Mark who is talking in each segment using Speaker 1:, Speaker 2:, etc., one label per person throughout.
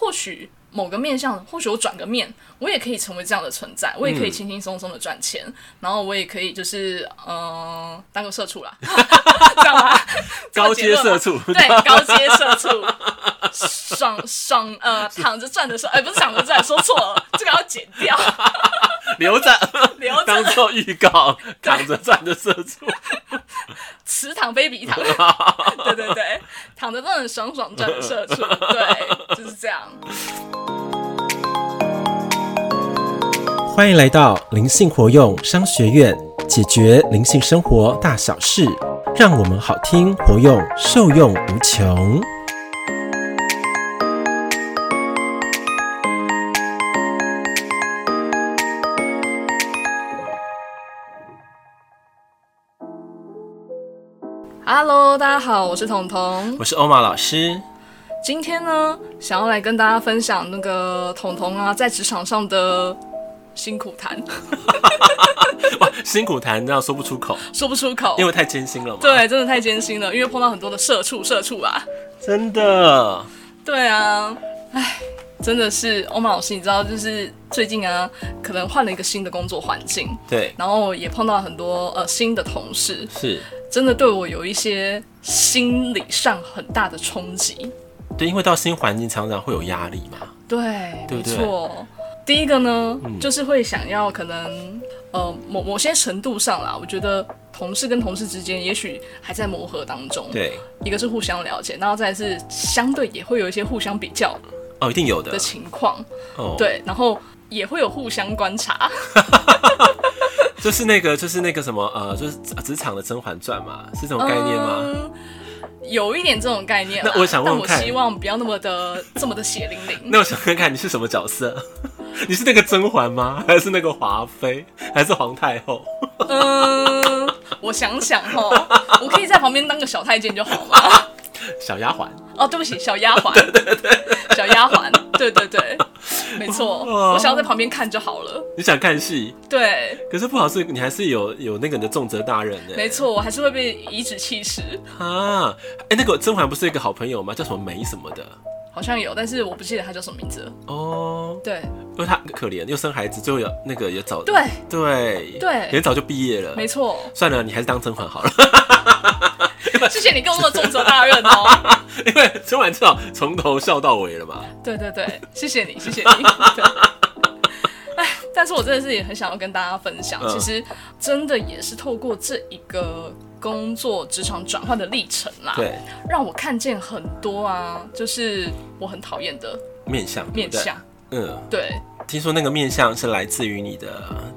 Speaker 1: 或许某个面向，或许我转个面，我也可以成为这样的存在，我也可以轻轻松松的赚钱，然后我也可以就是嗯、呃当个社畜啦，这样吧，这个
Speaker 2: 高阶
Speaker 1: 结论吗
Speaker 2: 社畜
Speaker 1: 对，高阶社畜，爽爽呃躺着赚的时候，哎、不是躺着赚，说错了，这个要剪掉，
Speaker 2: 留着
Speaker 1: 留着
Speaker 2: 当做预告，躺着站着射出。
Speaker 1: 此躺非彼躺，对对对，躺着都很爽爽赚的社畜，对，就是这样。
Speaker 3: 欢迎来到灵性活用商学院，解决灵性生活大小事，让我们好听活用，受用无穷。
Speaker 1: Hello，大家好，我是彤彤。
Speaker 2: 我是欧玛老师，
Speaker 1: 今天呢，想要来跟大家分享那个彤彤啊，在职场上的辛苦谈，
Speaker 2: 哇，辛苦谈这样说不出口，
Speaker 1: 说不出口
Speaker 2: 因。为太艰辛了嘛。，
Speaker 1: 哦对，真的太艰辛了，因为碰到很多的社畜，社畜啊。
Speaker 2: 真的，
Speaker 1: 对啊，唉，真的是欧曼老师，你知道，就是最近啊，可能换了一个新的工作环境，
Speaker 2: 对，
Speaker 1: 然后也碰到很多呃新的同事，
Speaker 2: 是
Speaker 1: 真的对我有一些心理上很大的冲击。
Speaker 2: 对，因为到新环境常常会有压力嘛。
Speaker 1: 对，
Speaker 2: 对
Speaker 1: 没
Speaker 2: 不对嗯
Speaker 1: 错。第一个呢，就是会想要可能呃某某些程度上啦，我觉得同事跟同事之间也许还在磨合当中。，
Speaker 2: 对，
Speaker 1: 一个是互相了解，然后再来是相对也会有一些互相比较
Speaker 2: 哦，一定有的
Speaker 1: 的。情况。
Speaker 2: 哦，，
Speaker 1: 对，然后也会有互相观察。
Speaker 2: 就是那个，就是那个什么，呃，就是职场的《甄嬛传》嘛，是这种概念吗？
Speaker 1: 嗯有一点这种概念啦，
Speaker 2: 那我想问问
Speaker 1: 但
Speaker 2: 看
Speaker 1: 我希望不要那么的这么的血淋淋。
Speaker 2: 那我想看看你是什么角色？ 你是那个甄嬛吗？ 还是那个华妃？ 还是皇太后？
Speaker 1: 嗯，我想想哈，我可以在旁边当个小太监就好了。
Speaker 2: 小丫鬟？
Speaker 1: 哦，对不起，小丫鬟，对对对，哦小丫鬟，对对对，没错，
Speaker 2: 哇
Speaker 1: 我想要在旁边看就好了。
Speaker 2: 你想看戏，
Speaker 1: 对，
Speaker 2: 可是不好是，你还是有有那个你的重责大任呢、
Speaker 1: 没错，我还是会被颐指气使，
Speaker 2: 啊，哎、那个甄嬛不是有一个好朋友吗？叫什么梅什么的
Speaker 1: 好像有，但是我不记得她叫什么名字了。
Speaker 2: 哦，
Speaker 1: 对
Speaker 2: 因为她很可怜又生孩子，最后有那个也早
Speaker 1: 对
Speaker 2: 对
Speaker 1: 对
Speaker 2: 也早就毕业了。
Speaker 1: 没错，
Speaker 2: 算了，你还是当甄嬛好了，
Speaker 1: 谢谢你给我的重责大任 哦。
Speaker 2: 因为甄嬛至少从头笑到尾了嘛。
Speaker 1: 对对对，谢谢你，谢谢你。对哎但是我真的是也很想要跟大家分享，
Speaker 2: 嗯
Speaker 1: 其实真的也是透过这一个工作职场转换的历程啦，
Speaker 2: 对，
Speaker 1: 让我看见很多啊，就是我很讨厌的
Speaker 2: 面相
Speaker 1: 面，相。
Speaker 2: 对不对嗯，
Speaker 1: 对
Speaker 2: 听说那个面相是来自于你的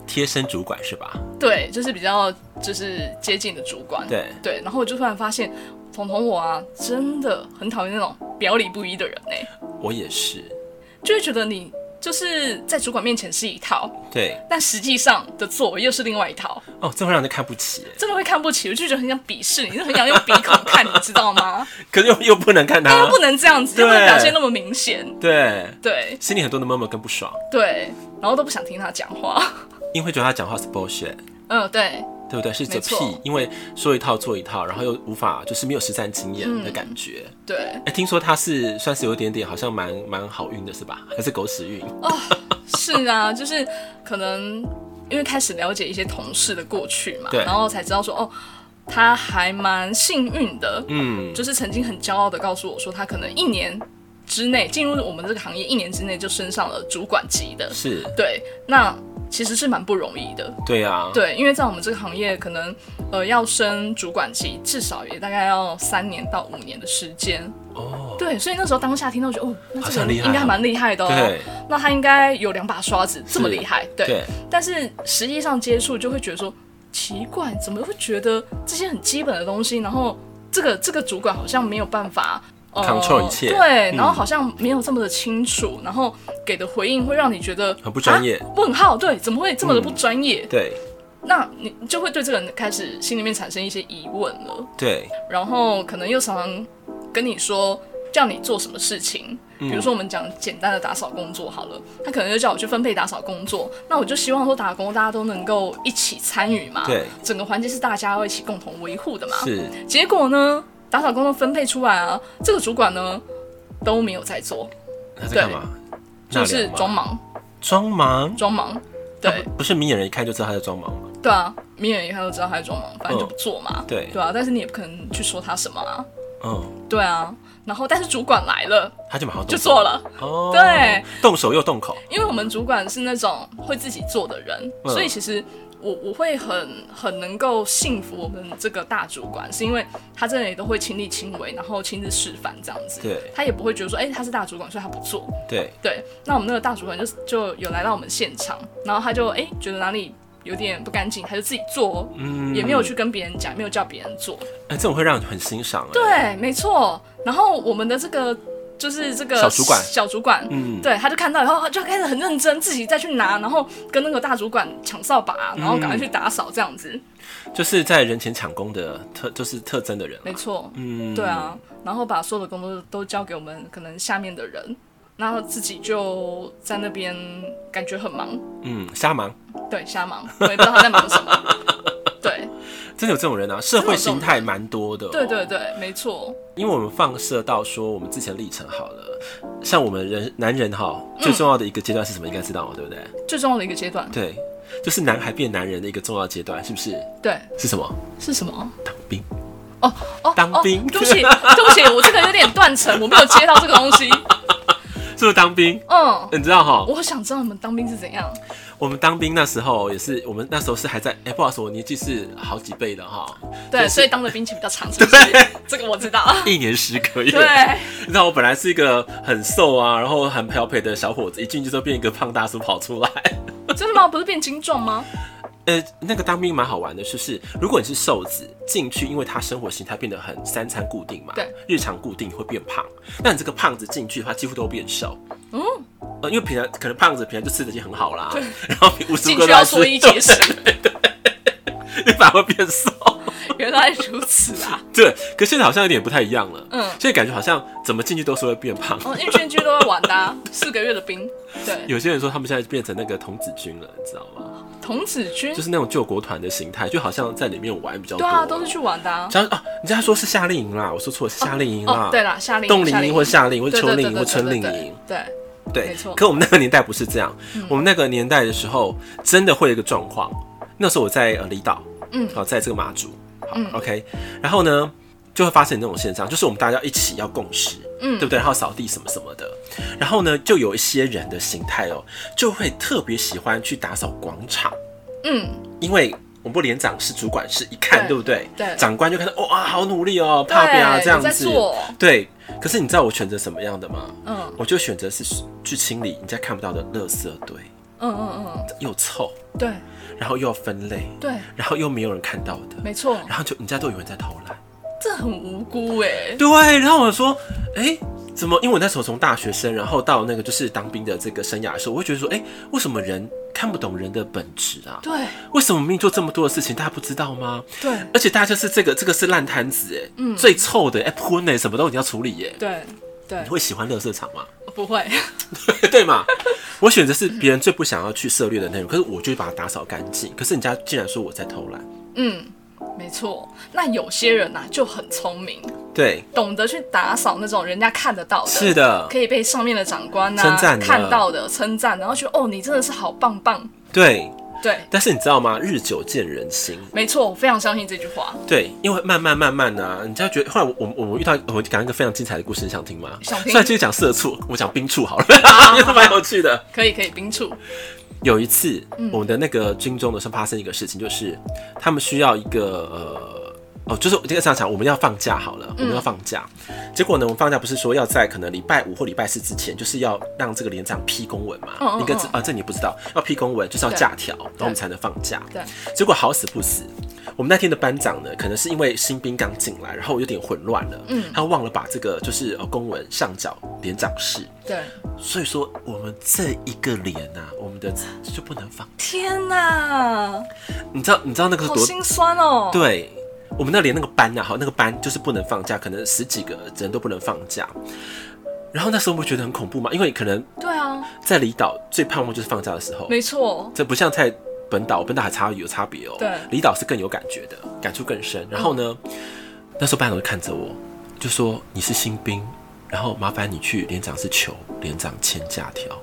Speaker 2: 贴身主管是吧？
Speaker 1: 对，就是比较就是接近的主管。
Speaker 2: 对，
Speaker 1: 然后我就突然发现，彤彤我啊，真的很讨厌那种表里不一的人呢、
Speaker 2: 我也是。
Speaker 1: 就会觉得你就是在主管面前是一套，
Speaker 2: 对，
Speaker 1: 但实际上的作为又是另外一套，
Speaker 2: 哦，这会让人看不起耶，
Speaker 1: 真的会看不起，我就觉得很想鄙视你，就很想用鼻孔看你，知道 吗？
Speaker 2: 可是又又不能看
Speaker 1: 但
Speaker 2: 他
Speaker 1: 哎又，不能这样子，又不能
Speaker 2: 对
Speaker 1: 表现那么明显。
Speaker 2: 对，
Speaker 1: 对
Speaker 2: 心里很多的妈妈跟不爽，
Speaker 1: 对，然后都不想听他讲话。
Speaker 2: 因为会觉得他讲话是 bullshit。
Speaker 1: 嗯，对
Speaker 2: 对不对？是一则
Speaker 1: 没错
Speaker 2: 屁，因为说一套做一套，然后又无法就是没有实战经验的
Speaker 1: 嗯
Speaker 2: 感觉。
Speaker 1: 对，
Speaker 2: 哎、听说他是算是有一点点好像蛮蛮好运的是吧？还是狗屎运？
Speaker 1: 是啊， 就是可能因为开始了解一些同事的过去嘛，
Speaker 2: 对
Speaker 1: 然后才知道说哦，他还蛮幸运的，
Speaker 2: 嗯，
Speaker 1: 就是曾经很骄傲的告诉我说，他可能一年之内进入我们这个行业，一年之内就升上了主管级的，
Speaker 2: 是，
Speaker 1: 对，那其实是蛮不容易的。
Speaker 2: 对啊，
Speaker 1: 对，因为在我们这个行业，可能呃要升主管级，至少也大概要三年到五年的时间。
Speaker 2: 哦，
Speaker 1: 对，所以那时候当下听到，觉得哦，那
Speaker 2: 好
Speaker 1: 这个
Speaker 2: 像
Speaker 1: 人
Speaker 2: 厉害
Speaker 1: 应该
Speaker 2: 哦
Speaker 1: 蛮厉害的哦。
Speaker 2: 对
Speaker 1: 那他应该有两把刷子这么厉害，对。
Speaker 2: 对
Speaker 1: 但是实际上接触就会觉得说，奇怪，怎么会觉得这些很基本的东西，然后这个这个主管好像没有办法。呃
Speaker 2: Control 一切
Speaker 1: 对，
Speaker 2: 嗯
Speaker 1: 然后好像没有这么的清楚，然后给的回应会让你觉得
Speaker 2: 很不专业嗯
Speaker 1: 啊问号，对，怎么会这么的不专业？
Speaker 2: 对
Speaker 1: 那你就会对这个人开始心里面产生一些疑问了。
Speaker 2: 对
Speaker 1: 然后可能又常常跟你说叫你做什么事情，
Speaker 2: 嗯
Speaker 1: 比如说我们讲简单的打扫工作好了，他可能就叫我去分配打扫工作，那我就希望说打工大家都能够一起参与嘛，
Speaker 2: 对，
Speaker 1: 整个环境是大家要一起共同维护的嘛。
Speaker 2: 是，
Speaker 1: 结果呢，打扫工作分配出来啊，这个主管呢都没有在做，
Speaker 2: 他在干嘛？
Speaker 1: 就
Speaker 2: 纳
Speaker 1: 是
Speaker 2: 凉吗
Speaker 1: 装忙，
Speaker 2: 装忙，
Speaker 1: 装忙，对
Speaker 2: 他不是明眼人一看就知道他在装忙吗？
Speaker 1: 对啊，明眼人一看就知道他在装忙，反正就不做嘛，
Speaker 2: 嗯对
Speaker 1: 对啊，但是你也不可能去说他什么啊，
Speaker 2: 嗯，
Speaker 1: 对啊，然后但是主管来了
Speaker 2: 他就马上动
Speaker 1: 就
Speaker 2: 手
Speaker 1: 做了，
Speaker 2: 哦，
Speaker 1: 对，
Speaker 2: 动手又动口，
Speaker 1: 因为我们主管是那种会自己做的人，
Speaker 2: 嗯
Speaker 1: 所以其实我我会很很能够信服我们这个大主管，是因为他这里都会亲力亲为，然后亲自示范这样子，
Speaker 2: 对
Speaker 1: 他也不会觉得说，哎、他是大主管，所以他不做，
Speaker 2: 对，
Speaker 1: 对，那我们那个大主管就就有来到我们现场，然后他就哎、诶觉得哪里有点不干净，他就自己做、哦，
Speaker 2: 嗯，
Speaker 1: 也没有去，跟别人讲，没有叫别人做。
Speaker 2: 哎，这种会让人很欣赏，哎，
Speaker 1: 对，没错。然后我们的这个就是这个
Speaker 2: 小主管
Speaker 1: 小主管，
Speaker 2: 嗯，
Speaker 1: 对，他就看到以后他就开始很认真，自己再去拿，然后跟那个大主管抢扫把，然后赶快去打扫这样子。
Speaker 2: 就是在人前抢功的特，就是特征的人啊，
Speaker 1: 没错，
Speaker 2: 嗯，
Speaker 1: 对，啊。然后把所有的工作都交给我们可能下面的人，然后自己就在那边感觉很忙，
Speaker 2: 嗯，瞎忙，
Speaker 1: 对，瞎忙，我也不知道他在忙什 么。对，
Speaker 2: 真的有这种人啊，社会形态蛮多的、哦
Speaker 1: 对对，对，没错，
Speaker 2: 因为我们放射到说我们之前的历程好了，像我们人男人哈，最重要的一个阶段是什么？应该知道嘛，对不对？
Speaker 1: 最重要的一个阶段，
Speaker 2: 对，就是男孩变男人的一个重要阶段，是不是？
Speaker 1: 对，
Speaker 2: 是什么？
Speaker 1: 是什么？
Speaker 2: 当兵。
Speaker 1: 哦哦，
Speaker 2: 当兵
Speaker 1: 哦，对不起，对不起，我这个有点断层，我没有接到这个东西。
Speaker 2: 是不是当兵？
Speaker 1: 嗯，
Speaker 2: 你知道哈，
Speaker 1: 我想知道你们当兵是怎样。
Speaker 2: 我们当兵那时候也是，我们那时候是还在，哎、不好意思，我年纪是好几倍的哈，
Speaker 1: 对，
Speaker 2: 就是
Speaker 1: 所以当的兵期比较长，是不是？这个我知道。
Speaker 2: 一年十个月。
Speaker 1: 对，
Speaker 2: 你知道我本来是一个很瘦啊，然后很漂培的小伙子，一进去就变一个胖大叔跑出来。
Speaker 1: 真的吗？不是变精壮吗？
Speaker 2: 呃，那个当兵蛮好玩的，就是如果你是瘦子进去，因为他生活形态变得很三餐固定嘛，
Speaker 1: 对，
Speaker 2: 日常固定会变胖。那你这个胖子进去的话，几乎都变瘦。嗯，呃，因为平常可能胖子平常就吃的已经很好啦，然后无时
Speaker 1: 进
Speaker 2: 无刻
Speaker 1: 去
Speaker 2: 都在
Speaker 1: 要
Speaker 2: 吃
Speaker 1: 缩衣节食，
Speaker 2: 你反而会变瘦。
Speaker 1: 原来如此啊！
Speaker 2: 对，可现在好像有点不太一样了，
Speaker 1: 嗯
Speaker 2: 现在感觉好像怎么进去都是会变胖。
Speaker 1: 嗯，因为圈居都会玩的啊，四个月的兵，对，
Speaker 2: 有些人说他们现在变成那个童子军了，你知道吗？
Speaker 1: 童子军
Speaker 2: 就，是那种救国团的形态，就好像在里面玩比较
Speaker 1: 对
Speaker 2: 多。
Speaker 1: 啊，都是去玩的啊。
Speaker 2: 只要啊，人家说是夏令营啦，我说错，是夏令营啦。
Speaker 1: 哦，对啦，夏令
Speaker 2: 冬
Speaker 1: 夏
Speaker 2: 令
Speaker 1: 令
Speaker 2: 营或夏令营或
Speaker 1: 对
Speaker 2: 秋
Speaker 1: 对
Speaker 2: 令
Speaker 1: 对
Speaker 2: 营
Speaker 1: 对
Speaker 2: 或
Speaker 1: 对
Speaker 2: 春
Speaker 1: 对
Speaker 2: 令
Speaker 1: 对
Speaker 2: 营，
Speaker 1: 对，
Speaker 2: 对
Speaker 1: 没，错嗯
Speaker 2: 可我们那个年代不是这样，我们那个年代的时候，真的会有一个状况。那时候我在呃离岛，
Speaker 1: 嗯
Speaker 2: 好，在这个马祖，好
Speaker 1: 嗯
Speaker 2: ，OK，然后呢，就会发生这种现象，就是我们大家一起要共识，
Speaker 1: 嗯
Speaker 2: 对不对？然后扫地什么什么的，然后呢，就有一些人的形态哦，就会特别喜欢去打扫广场，
Speaker 1: 嗯，
Speaker 2: 因为。我们部连长是主管是一看，
Speaker 1: 对
Speaker 2: 对不对？
Speaker 1: 对
Speaker 2: 长官就看到哇、好努力哦，怕不啊
Speaker 1: 对
Speaker 2: 这样
Speaker 1: 有在
Speaker 2: 子
Speaker 1: 做。
Speaker 2: 对，可是你知道我选择什么样的吗？
Speaker 1: 嗯
Speaker 2: 我就选择是去清理人家看不到的垃圾堆，
Speaker 1: 嗯嗯嗯，
Speaker 2: 又臭，
Speaker 1: 对
Speaker 2: 然后又要分类，
Speaker 1: 对，
Speaker 2: 然后又没有人看到的，
Speaker 1: 没错，
Speaker 2: 然后就人家都有人在偷懒。
Speaker 1: 这很无辜哎。
Speaker 2: 对，然后我说，哎、怎么？因为我那时候从大学生，然后到那个就是当兵的这个生涯的时候，我会觉得说，哎、为什么人看不懂人的本质啊？
Speaker 1: 对
Speaker 2: 为什么明明做这么多的事情，大家不知道吗？
Speaker 1: 对
Speaker 2: 而且大家就是这个，这个是烂摊子，哎，嗯，最臭的，哎、喷呢，什么都你要处理耶。
Speaker 1: 对对
Speaker 2: 你，会喜欢垃圾场吗？
Speaker 1: 不会，
Speaker 2: 对嘛？我选择是别人最不想要去涉猎的内容，可是我就把它打扫干净。可是人家竟然说我在偷懒，
Speaker 1: 嗯，没错。那有些人呐、啊、就很聪明，
Speaker 2: 对，
Speaker 1: 懂得去打扫那种人家看得到的，
Speaker 2: 是的
Speaker 1: 可以被上面的长官
Speaker 2: 称
Speaker 1: 啊
Speaker 2: 赞的
Speaker 1: 看到的称赞，然后觉得哦，你真的是好棒棒。
Speaker 2: 对。
Speaker 1: 对，
Speaker 2: 但是你知道吗？日久见人心，
Speaker 1: 没错，我非常相信这句话。
Speaker 2: 对，因为慢慢慢慢的、啊，人家觉得。后来我我我遇到我讲一个非常精彩的故事，你想听吗？
Speaker 1: 想听
Speaker 2: 虽然就是讲社畜，我讲兵畜好了， 也是蛮有趣的。
Speaker 1: 可以可以，冰处，
Speaker 2: 有一次，
Speaker 1: 嗯
Speaker 2: 我们的那个军中的是发生一个事情，就是他们需要一个呃哦，就是这个这样讲，我们要放假好
Speaker 1: 嗯
Speaker 2: 了，我们要放假。结果呢，我们放假不是说要在可能礼拜五或礼拜四之前，就是要让这个连长批公文
Speaker 1: 嗯
Speaker 2: 嘛？
Speaker 1: 嗯
Speaker 2: 应该知
Speaker 1: 嗯
Speaker 2: 啊，这你不知道，要批公文就是要
Speaker 1: 对
Speaker 2: 假条，然后我们才能放假。
Speaker 1: 对，
Speaker 2: 结果好死不死，我们那天的班长呢，可能是因为新兵刚进来，然后有点混乱了，
Speaker 1: 嗯
Speaker 2: 他忘了把这个就是呃公文上缴连长室，
Speaker 1: 对，
Speaker 2: 所以说我们这一个连啊，我们的就不能放。
Speaker 1: 天哪，
Speaker 2: 你知道你知道那个是
Speaker 1: 好
Speaker 2: 多
Speaker 1: 心酸哦。
Speaker 2: 对。我们那连那个班啊，好，那个班就是不能放假，可能十几个人都不能放假。然后那时候我觉得很恐怖嘛，因为可能
Speaker 1: 对啊，
Speaker 2: 在离岛最盼望就是放假的时候，
Speaker 1: 没错，
Speaker 2: 这不像在本岛，本岛还差有差别哦。
Speaker 1: 对
Speaker 2: 离岛是更有感觉的，
Speaker 1: 嗯
Speaker 2: 感触更深。然后呢，那时候班长就看着我，就说：“你是新兵，然后麻烦你去连长室求连长签假条。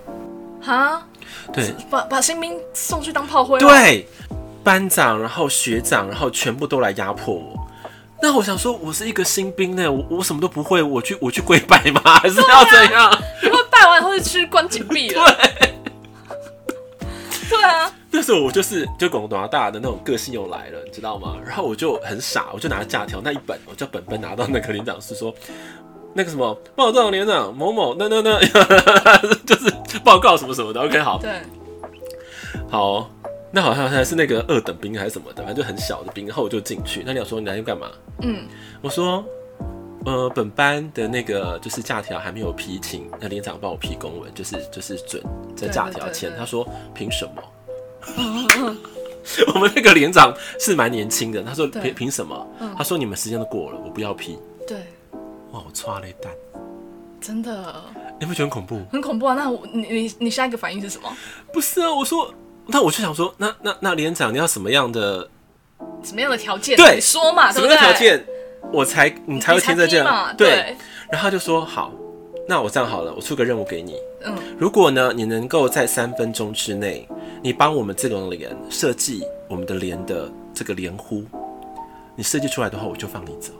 Speaker 1: 哈，
Speaker 2: 对
Speaker 1: 把把新兵送去当炮灰、啊，，
Speaker 2: 对，班长，然后学长，然后全部都来压迫我。那我想说，我是一个新兵呢，我我什么都不会，我去我去跪拜吗？还是要怎样？
Speaker 1: 因为拜完以后就去关禁闭了。对，啊，
Speaker 2: 那时候我就是就广东大的那种个性又来了，你知道吗？然后我就很傻，我就拿假条那一本，我叫本本拿到那个连长室说，那个什么报告连长某某，那那 那，就是报告什么什么的。OK，好，
Speaker 1: 对，
Speaker 2: 好，哦那好像还是那个二等兵还是什么的，反正就很小的兵。然后我就进去，那你要说你来干嘛？
Speaker 1: 嗯，
Speaker 2: 我说，呃，本班的那个就是假条还没有批，请那连长帮我批公文，就是就是准在假条
Speaker 1: 对对
Speaker 2: 签
Speaker 1: 对。对
Speaker 2: 他说凭 什么？ 我们那个连长是蛮年轻的，他说
Speaker 1: 对嗯
Speaker 2: 凭凭什么？他说你们时间都过了，我不要批。
Speaker 1: 对，
Speaker 2: 哇，我抓了一蛋，
Speaker 1: 真的
Speaker 2: 你不觉得很恐怖？
Speaker 1: 很恐怖啊！那我你你你下一个反应是什么？
Speaker 2: 不是啊，我说，那我就想说，那那那连长你要什么样的
Speaker 1: 什么样的条件？
Speaker 2: 对
Speaker 1: 你说嘛，
Speaker 2: 什
Speaker 1: 对
Speaker 2: 么
Speaker 1: 不
Speaker 2: 样
Speaker 1: 啊对？
Speaker 2: 的条件，我才你才会签这
Speaker 1: 你批
Speaker 2: 件
Speaker 1: 嘛？？
Speaker 2: 对，，然后他就说好，那我这样好了，我出个任务给你。
Speaker 1: 嗯，
Speaker 2: 如果呢，你能够在三分钟之内，你帮我们这种连设计我们的连的这个连呼，你设计出来的话，我就放你走。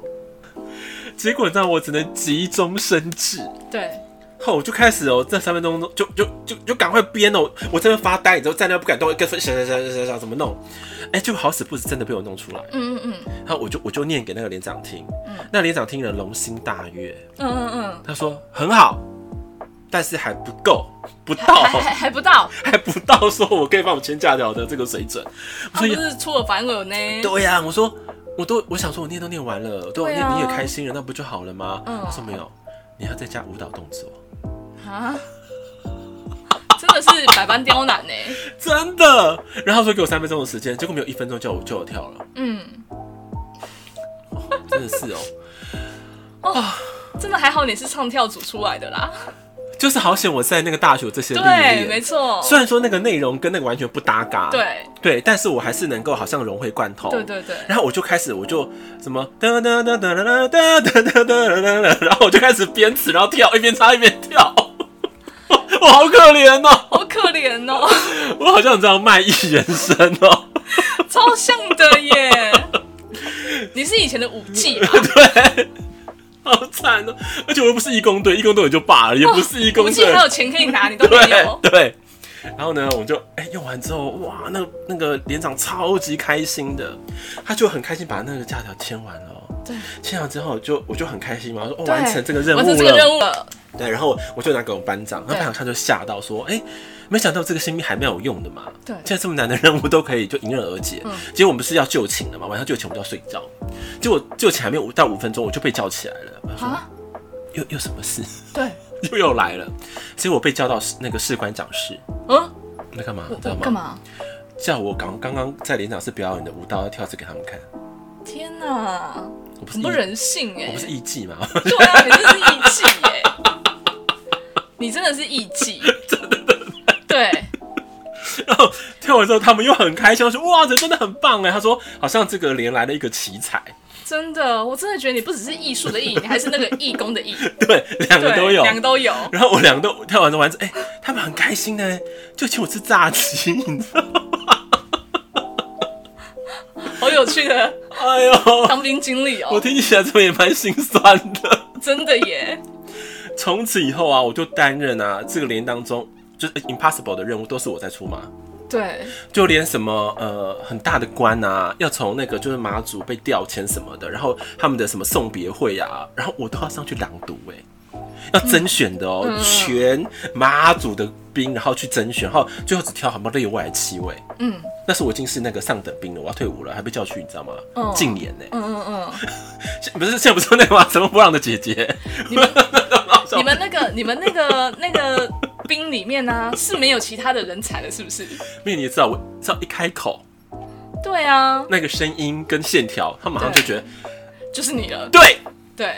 Speaker 2: 结果让我只能急中生智，
Speaker 1: 对，
Speaker 2: 后我就开始哦，这三分钟就就就就赶快编哦，我在那边发呆，你知道在那不敢动，跟想想想想想怎么弄，哎、就好死不死真的被我弄出来，
Speaker 1: 嗯嗯嗯
Speaker 2: 然后我就我就念给那个连长听，那连长听了龙心大悦，
Speaker 1: 嗯嗯嗯，
Speaker 2: 他说很好，但是还不够，不到。
Speaker 1: 还还还不到，
Speaker 2: 还不到说我可以帮我签假条的这个水准。我
Speaker 1: 他不
Speaker 2: 说、
Speaker 1: 是出尔反尔呢？
Speaker 2: 对呀、我说我都我想说我念都念完了，对我
Speaker 1: 对
Speaker 2: 念、
Speaker 1: 啊
Speaker 2: 你也开心了，那不就好了吗？
Speaker 1: 嗯
Speaker 2: 他说没有，你要再加舞蹈动作，
Speaker 1: 啊，真的是百般刁难呢。
Speaker 2: 真的。然后说给我三分钟的时间，结果没有一分钟叫我叫我跳了，
Speaker 1: 嗯，
Speaker 2: 真的是哦，
Speaker 1: 真的还好你是唱跳组出来的啦。
Speaker 2: 就是好险我在那个大学有这些历
Speaker 1: 对，没
Speaker 2: 练。
Speaker 1: 错。
Speaker 2: 虽然说那个内容跟那个完全不搭嘎，
Speaker 1: 对
Speaker 2: 对，但是我还是能够好像融会贯通，
Speaker 1: 对对对，
Speaker 2: 然后我就开始，我就什么哒哒哒哒哒哒哒哒哒哒哒哒，然后我就开始编词，然后跳，一边唱一边跳。 我好可怜哦，
Speaker 1: 好可怜哦，
Speaker 2: 我好像这样卖艺人生哦。
Speaker 1: 超像的耶。你是以前的舞技吧？
Speaker 2: 对，好惨哦，而且我又不是义工队，义工队也就罢了，也不是义
Speaker 1: 舞
Speaker 2: 工
Speaker 1: 技
Speaker 2: 队，
Speaker 1: 还有钱可以拿，你都没有。
Speaker 2: 对对。然后呢，我就哎、用完之后，哇，那个那个连长超级开心的，他就很开心把那个假条签完了哦。
Speaker 1: 对
Speaker 2: 签完之后就我就很开心嘛，我说哦
Speaker 1: 对
Speaker 2: 完成这个任务
Speaker 1: 完
Speaker 2: 了，
Speaker 1: 成这个任务了。
Speaker 2: 对，然后我就拿给我们班长，那
Speaker 1: 对
Speaker 2: 班长他就吓到说：“哎、没想到这个新兵还蛮有用的嘛，
Speaker 1: 对嗯
Speaker 2: 现在这么难的任务都可以就迎刃而解。结果我们是要就寝的嘛，晚上就寝我们就要睡觉，结果就寝还没有五到五分钟我就被叫起来了，我说
Speaker 1: 啊，
Speaker 2: 又又什么事，
Speaker 1: 对，
Speaker 2: 又又来了，结果我被叫到那个士官长室，
Speaker 1: 嗯，
Speaker 2: 那干嘛？你知道
Speaker 1: 我
Speaker 2: 吗？
Speaker 1: 干？嘛？
Speaker 2: 叫我刚刚刚在连长室表演的舞蹈要跳一次给他们看，
Speaker 1: 天哪，
Speaker 2: 我不是
Speaker 1: 很不
Speaker 2: 艺
Speaker 1: 人性哎
Speaker 2: 我不。是艺伎嘛，
Speaker 1: 对啊，你真的是艺伎耶，你真的是艺伎，真的对。
Speaker 2: 然后跳完之后他们又很开心，我说哇，这真的很棒哎，他说好像这个连来了一个奇才。
Speaker 1: 真的，我真的觉得你不只是艺术的艺，你还是那个义工的义，
Speaker 2: 对， 两个
Speaker 1: 对，
Speaker 2: 都有。
Speaker 1: 两个都有。
Speaker 2: 然后我两个都跳完之后完之后，哎、他们很开心呢，就请我吃炸鸡，你知道？
Speaker 1: 好有趣的
Speaker 2: 哎呦，
Speaker 1: 当兵经历
Speaker 2: 我
Speaker 1: 哦，
Speaker 2: 听起来这么也蛮心酸的。
Speaker 1: 真的耶！
Speaker 2: 从此以后啊，我就担任啊这个连当中就是 impossible 的任务都是我在出马，
Speaker 1: 对，
Speaker 2: 就连什么呃很大的官啊，要从那个就是马祖被调遣什么的，然后他们的什么送别会啊，然后我都要上去朗读 哎、要甄选的哦，
Speaker 1: 嗯
Speaker 2: 全马祖的兵，然后去甄选，然后最后只挑好像六位还是七位，
Speaker 1: 嗯
Speaker 2: 那时候我已经是那个上等兵了，我要退伍了，还被叫去，你知道吗
Speaker 1: 嗯？
Speaker 2: 禁言呢、
Speaker 1: 嗯嗯嗯，
Speaker 2: 现 不是现在不是那个吗？乘风破浪的姐 姐，
Speaker 1: 你们你们那个你们那个那个兵里面呢、啊是没有其他的人才了，是不是？
Speaker 2: 因为你也知道，我只要一开口，
Speaker 1: 对啊，
Speaker 2: 那个声音跟线条，他马上就觉得
Speaker 1: 就是你了。
Speaker 2: 对
Speaker 1: 对，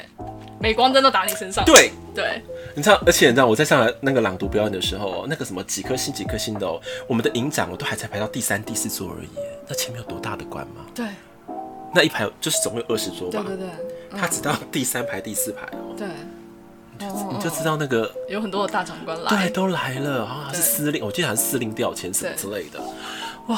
Speaker 1: 镁光灯都打你身上。
Speaker 2: 对。
Speaker 1: 对，
Speaker 2: 你知道，而且你知道我在上来那个朗读表演的时候，那个什么几颗星几颗星的哦，我们的营长我都还才排到第三、第四桌而已耶。那前面有多大的官吗？
Speaker 1: 对，
Speaker 2: 那一排就是总共有二十桌吧
Speaker 1: 对，对对，嗯
Speaker 2: 他只到第三排、第四排哦。
Speaker 1: 对，哦
Speaker 2: 就你就知道那个
Speaker 1: 有很多的大长官
Speaker 2: 对
Speaker 1: 来，
Speaker 2: 都来了，好啊像是
Speaker 1: 对
Speaker 2: 司令，我记得好像是司令调遣什么
Speaker 1: 对
Speaker 2: 之类的。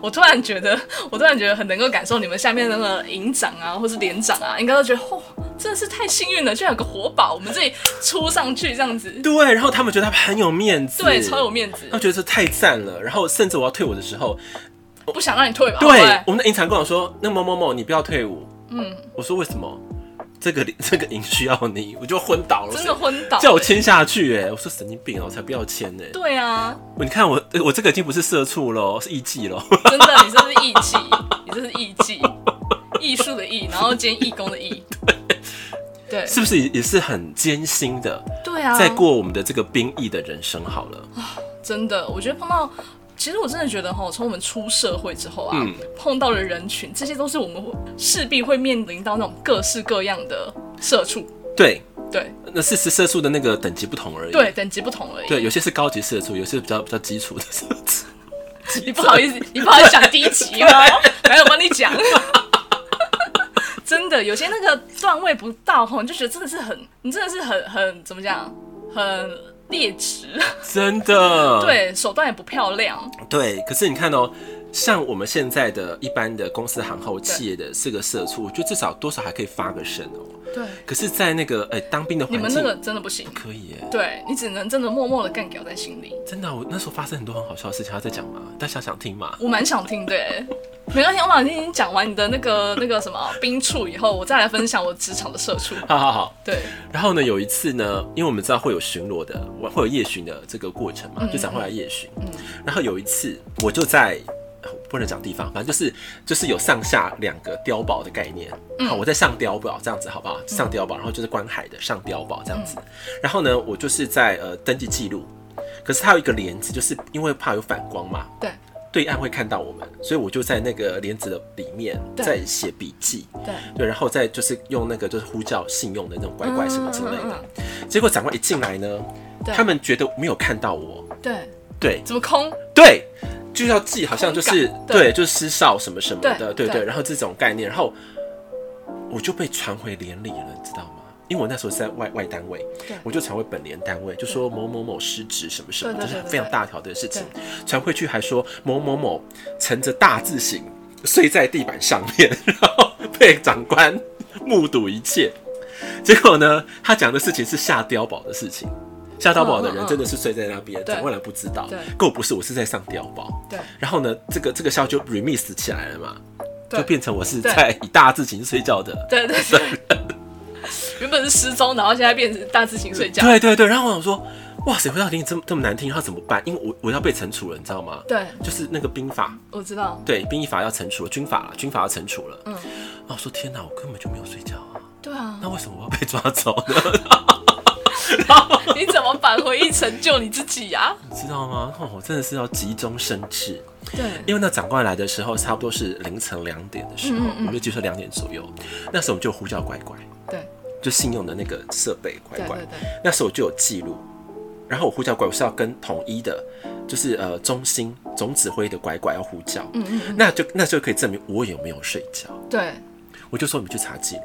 Speaker 1: 我突然觉得，我突然觉得很能够感受你们下面那个营长啊，或是连长啊，应该都觉得，哦，真的是太幸运了，居然有个活宝，我们这里冲上去这样子，
Speaker 2: 对，啊然后他们觉得他们很有面子，
Speaker 1: 对，超有面子
Speaker 2: 他，们觉得这太赞了。然后甚至我要退伍的时候，
Speaker 1: 不想让你退吧？
Speaker 2: 对
Speaker 1: 哦对
Speaker 2: 我们的营长跟我说，那某某某你不要退伍。嗯，我说为什么？这个 这个营需要你，我就昏倒了，
Speaker 1: 真的昏倒、欸
Speaker 2: 叫我签下去哎、我说神经病啊，我才不要签呢、
Speaker 1: 对啊，
Speaker 2: 你看我我这个已经不是社畜喽，是艺妓喽。
Speaker 1: 真的，你这是艺妓，你这是艺 妓，艺术的艺，然后兼义工的义，对，
Speaker 2: 是不是也也是很艰辛的，
Speaker 1: 对啊，
Speaker 2: 在过我们的这个兵役的人生好了。
Speaker 1: 真的，我觉得碰到，其实我真的觉得哈，从我们出社会之后啊，
Speaker 2: 嗯
Speaker 1: 碰到的人群，这些都是我们会势必会面临到那种各式各样的社畜，
Speaker 2: 对，
Speaker 1: 对
Speaker 2: 那是是社畜的那个等级不同而已。
Speaker 1: 对，等级不同而已。
Speaker 2: 对，有些是高级社畜，有些是比较比较基础的社畜。
Speaker 1: 你不好意思，你不好意思讲低级哦，来，我帮你讲。真的，有些那个段位不到吼，你就觉得真的是很，你真的是很很怎么讲，很劣质，
Speaker 2: 真的。
Speaker 1: 对，手段也不漂亮，
Speaker 2: 对，可是你看哦。像我们现在的一般的公司行后企业的四个社畜，我觉得至少多少还可以发个声哦。
Speaker 1: 对，
Speaker 2: 可是，在那个哎、当兵的
Speaker 1: 你
Speaker 2: 环
Speaker 1: 们
Speaker 2: 境，
Speaker 1: 那个真的不行
Speaker 2: 不，可以耶、
Speaker 1: 对你只能真的默默的干掉在心里。
Speaker 2: 真的啊、我那时候发生很多很好笑的事情，要再讲吗？大家想听吗？
Speaker 1: 我蛮想听的欸，没关系，我把你已经讲完你的那个那个什么冰处以后，我再来分享我职场的社畜。
Speaker 2: 好好好，
Speaker 1: 对，
Speaker 2: 然后呢，有一次呢，因为我们知道会有巡逻的，会有夜巡的这个过程嘛，就长会来夜巡。然后有一次，我就在呃不能讲地方，反正就是就是有上下两个碉堡的概念。好，我在上碉堡这样子，好不好？上碉堡，然后就是观海的上碉堡这样子。然后呢，我就是在呃登记记录，可是它有一个帘子，就是因为怕有反光嘛，
Speaker 1: 对，
Speaker 2: 对岸会看到我们，所以我就在那个帘子的里面
Speaker 1: 对
Speaker 2: 在写笔记。
Speaker 1: 对，
Speaker 2: 对，然后再就是用那个就是呼叫信用的那种乖乖什么之类
Speaker 1: 嗯
Speaker 2: 的
Speaker 1: 嗯。
Speaker 2: 结果长官一进来呢，
Speaker 1: 对
Speaker 2: 他们觉得没有看到我，
Speaker 1: 对，
Speaker 2: 对
Speaker 1: 怎么空？
Speaker 2: 对，就要记好像就是
Speaker 1: 空感对
Speaker 2: 对，就是失哨什么什么的，
Speaker 1: 对
Speaker 2: 对
Speaker 1: 对
Speaker 2: 对，然后这种概念，然后我就被传回连里了，你知道吗？因为我那时候是在外外单位
Speaker 1: 对，
Speaker 2: 我就传回本连单位，就说某某某失职什么什么，
Speaker 1: 对对
Speaker 2: 这
Speaker 1: 对
Speaker 2: 是
Speaker 1: 对
Speaker 2: 非常
Speaker 1: 对
Speaker 2: 大条的事情。传回去还说某某某乘着大字型睡在地板上面， 然后被长官目睹一切。结果呢，他讲的事情是下碉堡的事情，下碉堡的
Speaker 1: 嗯嗯
Speaker 2: 人
Speaker 1: 嗯
Speaker 2: 真的是睡在那边，
Speaker 1: 对
Speaker 2: 长官来不知道
Speaker 1: 对，
Speaker 2: 够不是我是在上碉堡。
Speaker 1: 对
Speaker 2: 然后呢，这个这个校就 remix 起来了嘛，
Speaker 1: 对
Speaker 2: 就变成我是
Speaker 1: 对
Speaker 2: 在以大字型睡觉的。
Speaker 1: 对对对，原本是失踪，然后现在变成大字型睡觉。
Speaker 2: 对对对，然后我想说，哇，谁会要听这么这么难听？他怎么办？因为我我要被惩处了，你知道吗？
Speaker 1: 对，
Speaker 2: 就是那个兵法，
Speaker 1: 我知道，
Speaker 2: 对兵役法要惩处了，军法了，军法要惩处了。嗯，啊，我说天哪，我根本就没有睡觉啊，
Speaker 1: 对啊，
Speaker 2: 那为什么我要被抓走呢？
Speaker 1: 你怎么返回一成就你自己呀、啊？
Speaker 2: 你知道吗？哦，我真的是要急中生智。
Speaker 1: 对
Speaker 2: 因为那长官来的时候，差不多是凌晨两点的时
Speaker 1: 嗯
Speaker 2: 候，我们就接受两点左右。那时候我们就呼叫乖乖，
Speaker 1: 对
Speaker 2: 就信用的那个设备乖
Speaker 1: 对
Speaker 2: 乖
Speaker 1: 对。对，
Speaker 2: 那时候我就有记录，然后我呼叫乖，我是要跟统一的，就是呃中心总指挥的乖乖要呼叫。嗯嗯那就那就可以证明我有没有睡觉。
Speaker 1: 对
Speaker 2: 我就说你们去查记录。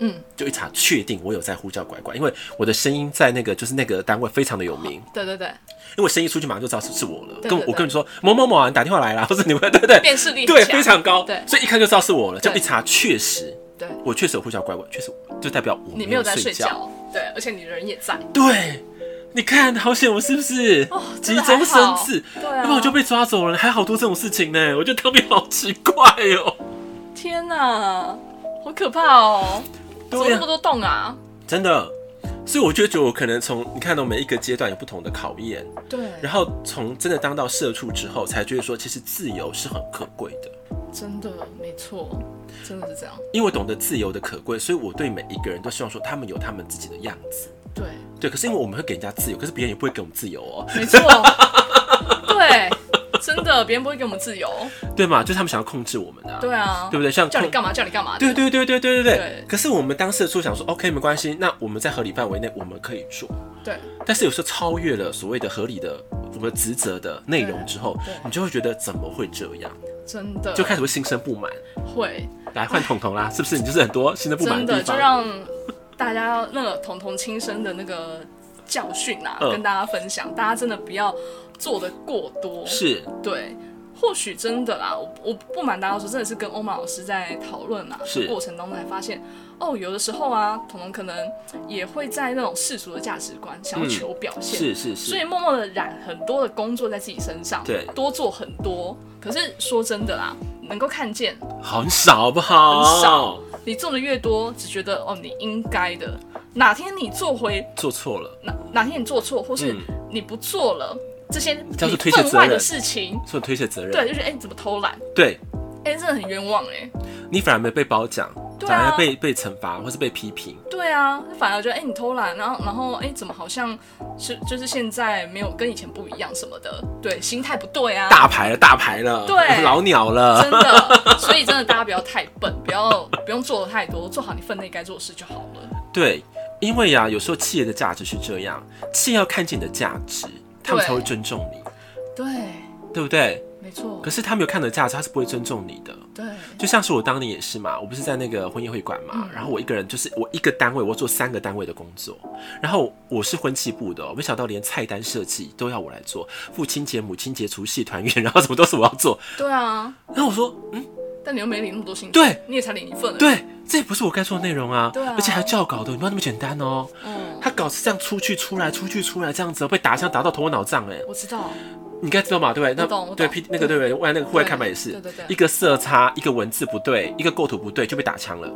Speaker 1: 嗯，
Speaker 2: 就一查确定我有在呼叫乖乖，因为我的声音在那个就是那个单位非常的有名，
Speaker 1: 对对对，
Speaker 2: 因为我声音出去马上就知道是是我了，
Speaker 1: 哦对
Speaker 2: 跟
Speaker 1: 对
Speaker 2: 我跟你说某某某啊，你打电话来 啦，或者你们对对对，
Speaker 1: 辨识力很
Speaker 2: 对
Speaker 1: 强
Speaker 2: 非常高，
Speaker 1: 对
Speaker 2: 所以一看就知道是我了，就
Speaker 1: 对
Speaker 2: 一查确实，
Speaker 1: 对
Speaker 2: 我确实有呼叫乖乖，确实就代表我
Speaker 1: 你没
Speaker 2: 没
Speaker 1: 有
Speaker 2: 有
Speaker 1: 在睡
Speaker 2: 觉，
Speaker 1: 觉，对，而且你人也在，
Speaker 2: 对。你看，好险我是不是、
Speaker 1: 哦真
Speaker 2: 急
Speaker 1: 的
Speaker 2: 中生智？
Speaker 1: 还好对啊
Speaker 2: 要不然我就被抓走了。还好多这种事情呢，我觉得当兵好奇怪哦、
Speaker 1: 天哪，好可怕哦！怎么
Speaker 2: 对
Speaker 1: 那
Speaker 2: 啊
Speaker 1: 么多洞啊？
Speaker 2: 真的。所以我就觉得我可能从你看到每一个阶段有不同的考验，
Speaker 1: 对，
Speaker 2: 然后从真的当到社畜之后，才觉得说其实自由是很可贵的。
Speaker 1: 真的没错，真的是这样。
Speaker 2: 因为我懂得自由的可贵，所以我对每一个人都希望说他们有他们自己的样子。
Speaker 1: 对，
Speaker 2: 对，可是因为我们会给人家自由，可是别人也不会给我们自由哦，
Speaker 1: 没 错，对，真的，别人不会给我们自由。
Speaker 2: 对嘛？就是他们想要控制我们啊，
Speaker 1: 对啊，
Speaker 2: 对不对？像
Speaker 1: 叫你
Speaker 2: 控
Speaker 1: 干嘛叫你干嘛。
Speaker 2: 对对对对对对对。
Speaker 1: 对
Speaker 2: 可是我们当社畜想说，OK，没关系，那我们在合理范围内我们可以做，
Speaker 1: 对
Speaker 2: 但是有时候超越了所谓的合理的我们职责的内容之后
Speaker 1: 对对，呃
Speaker 2: 你就会觉得怎么会这样，
Speaker 1: 真的
Speaker 2: 就开始会心生不满。
Speaker 1: 会
Speaker 2: 来换桶桶啦，是不是？你就是很多心生不满
Speaker 1: 真
Speaker 2: 的
Speaker 1: 的
Speaker 2: 地
Speaker 1: 就
Speaker 2: 方。
Speaker 1: 让大家要那个彤彤亲身的那个教训啊，
Speaker 2: 嗯
Speaker 1: 跟大家分享，大家真的不要做的过多。
Speaker 2: 是
Speaker 1: 对，或许真的啦，我我不瞒大家说，真的是跟欧玛老师在讨论啊
Speaker 2: 是
Speaker 1: 过程当中才发现，哦，有的时候啊，彤彤可能也会在那种世俗的价值观想要
Speaker 2: 嗯
Speaker 1: 求表现，
Speaker 2: 是是是，
Speaker 1: 所以默默的染很多的工作在自己身上，
Speaker 2: 对
Speaker 1: 多做很多。可是说真的啦，能够看见
Speaker 2: 很少好不好？
Speaker 1: 很少，你做的越多，只觉得哦你应该的。哪天你做回
Speaker 2: 做错了，
Speaker 1: 哪哪天你做错，或是
Speaker 2: 嗯
Speaker 1: 你不做了、这些
Speaker 2: 叫
Speaker 1: 你
Speaker 2: 做推卸
Speaker 1: 分
Speaker 2: 责
Speaker 1: 外的
Speaker 2: 任
Speaker 1: 事情，
Speaker 2: 所以推卸责任。
Speaker 1: 对，就是哎、你怎么偷懒？
Speaker 2: 对
Speaker 1: 哎、真的很冤枉哎、
Speaker 2: 你反而没被褒奖，
Speaker 1: 对啊
Speaker 2: 反而被被惩罚或是被批评。
Speaker 1: 对啊，反而觉得哎、你偷懒，然后然后哎、怎么好像是就是现在没有跟以前不一样什么的，对，心态不对啊，
Speaker 2: 大牌了，大牌了，
Speaker 1: 对
Speaker 2: 老鸟了
Speaker 1: 真，的，所以真的大家不要太笨，不要不用做的太多，做好你分内该做的事就好了。
Speaker 2: 对，因为呀、有时候企业的价值是这样，企业要看见你的价值，他们
Speaker 1: 对
Speaker 2: 才会尊重你，
Speaker 1: 对，
Speaker 2: 对不对？
Speaker 1: 没错
Speaker 2: 可，是他没有看你的价值，他是不会尊重你的。
Speaker 1: 对，
Speaker 2: 就像是我当年也是嘛，我不是在那个婚宴会馆
Speaker 1: 嗯
Speaker 2: 嘛，然后我一个人就是我一个单位，我做三个单位的工作，然后我是婚庆部的哦、没想到连菜单设计都要我来做，父亲节、母亲节、除夕团圆，然后什么都是我要做。
Speaker 1: 对啊，
Speaker 2: 然后我说，嗯，
Speaker 1: 但你又没领那么多薪水，
Speaker 2: 对，
Speaker 1: 你也才领一份，，
Speaker 2: 对，这也不是我该做的内容啊，
Speaker 1: 对啊
Speaker 2: 而且还校稿的，你不要那么简单哦。
Speaker 1: 嗯，
Speaker 2: 他稿是这样出去出来出去出来这样子哦，被打枪打到头昏脑胀哎，
Speaker 1: 我知道，
Speaker 2: 你应该知道嘛，对不对？
Speaker 1: 我懂我
Speaker 2: 那对
Speaker 1: 懂
Speaker 2: P 那个对不对？外那个户外看板也是，
Speaker 1: 对对对
Speaker 2: 一个色差，一个文字不对，一个构图不对就被打枪了。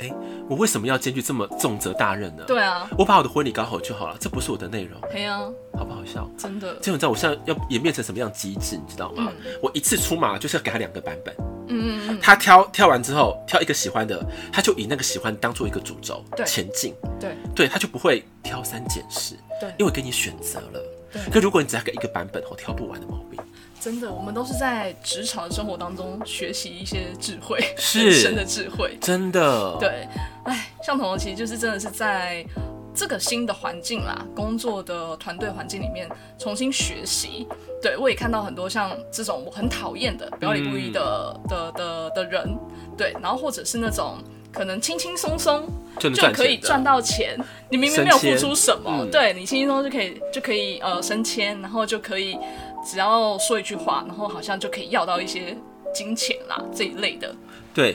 Speaker 1: 对，
Speaker 2: 我为什么要兼具这么重责大任呢？，
Speaker 1: 对啊，
Speaker 2: 我把我的婚礼搞好就好了，这不是我的内容，
Speaker 1: 嘿啊，
Speaker 2: 好不好笑？
Speaker 1: 真的，
Speaker 2: 结果你知道我现在要演变成什么样的机制，你知道吗？我一次出马就是要给他两个版本，
Speaker 1: 嗯嗯
Speaker 2: 他挑挑完之后挑一个喜欢的，他就以那个喜欢当做一个主轴
Speaker 1: 对
Speaker 2: 前进，
Speaker 1: 嗯，对
Speaker 2: 对他就不会挑三拣四，
Speaker 1: 对
Speaker 2: 因为我给你选择了
Speaker 1: 对。
Speaker 2: 可如果你只要给一个版本，我挑不完的毛病。
Speaker 1: 真的，我们都是在职场生活当中学习一些智慧，
Speaker 2: 是
Speaker 1: 人生的智慧。
Speaker 2: 真的，，
Speaker 1: 对，哎，像彤彤其实就是真的是在这个新的环境啦，工作的团队环境里面重新学习。对我也看到很多像这种我很讨厌的表里不一的、的的的人，对，然后或者是那种。可能轻轻松松
Speaker 2: 就能
Speaker 1: 就
Speaker 2: 赚
Speaker 1: 可以
Speaker 2: 钱的
Speaker 1: 赚到钱，你明明没有付出什么，
Speaker 2: 升迁嗯
Speaker 1: 对你轻轻松松就可以就可以呃升迁，然后就可以只要说一句话，然后好像就可以要到一些金钱啦这一类的，
Speaker 2: 对，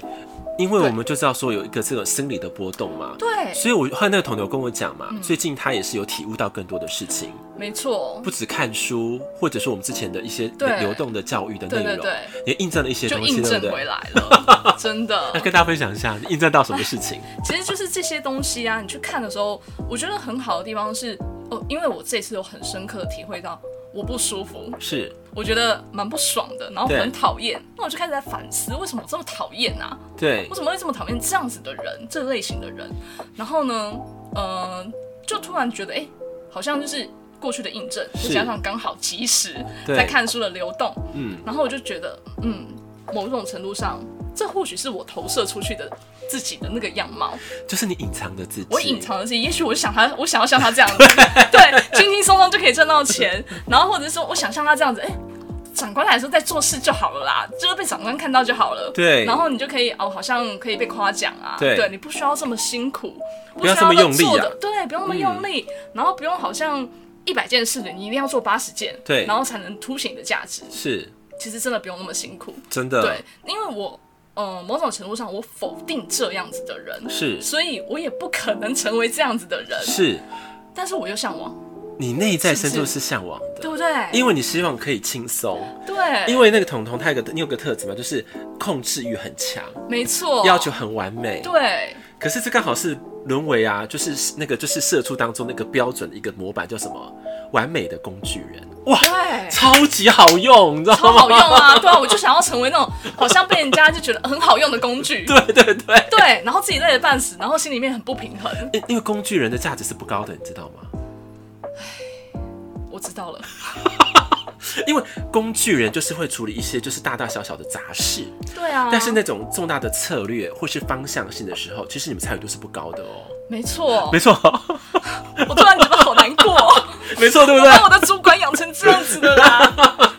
Speaker 2: 因为
Speaker 1: 对
Speaker 2: 我们就知道说有一个这种心理的波动嘛。
Speaker 1: 对，嗯
Speaker 2: 所以我后来那个同友跟我讲嘛，最近他也是有体悟到更多的事情，
Speaker 1: 没错，
Speaker 2: 不止看书，或者说我们之前的一些
Speaker 1: 对
Speaker 2: 流动的教育的
Speaker 1: 对
Speaker 2: 内
Speaker 1: 对
Speaker 2: 容，
Speaker 1: 对。
Speaker 2: 也印证了一些
Speaker 1: 就
Speaker 2: 东西，
Speaker 1: 印
Speaker 2: 对
Speaker 1: 证
Speaker 2: 不
Speaker 1: 回
Speaker 2: 对？
Speaker 1: 来 了，真的
Speaker 2: 那。跟大家分享一下，你印证到什么事情？
Speaker 1: 其实就是这些东西啊，你去看的时候，我觉得很好的地方是，哦，因为我这次有很深刻的体会到我不舒服，
Speaker 2: 是
Speaker 1: 我觉得蛮不爽的，然后
Speaker 2: 对
Speaker 1: 很讨厌，那我就开始在反思，为什么我这么讨厌啊？
Speaker 2: 对
Speaker 1: 为，什么会这么讨厌这样子的人，这类型的人？然后呢，呃，就突然觉得，哎、好像就是过去的印证，再
Speaker 2: 是
Speaker 1: 加上刚好及时
Speaker 2: 对
Speaker 1: 在看书的流动，
Speaker 2: 嗯，
Speaker 1: 然后我就觉得，嗯，某种程度上，这或许是我投射出去的自己的那个样貌，
Speaker 2: 就是你隐藏的自己，
Speaker 1: 我隐藏的自己，也许我想他，我想要像他这 样子，对，轻轻松松就可以赚到钱，然后或者说我想像他这样子，哎、长官来说在做事就好了啦，就是被长官看到就好了。
Speaker 2: 对
Speaker 1: 然后你就可以哦，好像可以被夸奖啊。
Speaker 2: 对
Speaker 1: 你不需要这么辛苦，不
Speaker 2: 不要
Speaker 1: 需
Speaker 2: 这么
Speaker 1: 要
Speaker 2: 用力啊嗯
Speaker 1: 做的对，不用那么用力，然后不用好像一百件事情你一定要做八十件，
Speaker 2: 对
Speaker 1: 然后才能凸显你的价值。
Speaker 2: 是
Speaker 1: 其实真的不用那么辛苦，
Speaker 2: 真的，
Speaker 1: 对，因为我呃某种程度上我否定这样子的人，
Speaker 2: 是
Speaker 1: 所以我也不可能成为这样子的人，
Speaker 2: 是，
Speaker 1: 但是我又向往，
Speaker 2: 你内在深
Speaker 1: 是
Speaker 2: 处
Speaker 1: 不
Speaker 2: 是向往的，
Speaker 1: 对不对？
Speaker 2: 因为你希望可以轻松，
Speaker 1: 对，
Speaker 2: 因为那个彤彤他有个你有个特质嘛，就是控制欲很强，
Speaker 1: 没错，
Speaker 2: 要求很完美，
Speaker 1: 哦对
Speaker 2: 可是这刚好是沦为啊，就是那个就是社畜当中那个标准的一个模板，叫什么完美的工具人，哇，
Speaker 1: 对。
Speaker 2: 超级好用，你知道吗？
Speaker 1: 超好用啊！对啊，我就想要成为那种好像被人家就觉得很好用的工具，对
Speaker 2: 对对对，
Speaker 1: 然后自己累得半死，然后心里面很不平衡。
Speaker 2: 因因为工具人的价值是不高的，你知道吗？
Speaker 1: 我知道了，
Speaker 2: 因为工具人就是会处理一些就是大大小小的杂事，
Speaker 1: 对啊，
Speaker 2: 但是那种重大的策略或是方向性的时候，其实你们参与度是不高的哦。
Speaker 1: 没错，
Speaker 2: 没错，
Speaker 1: 我突然觉得好难过，
Speaker 2: 没错， 对不
Speaker 1: 我
Speaker 2: 对
Speaker 1: 把？我的主管养成这样子的 啦，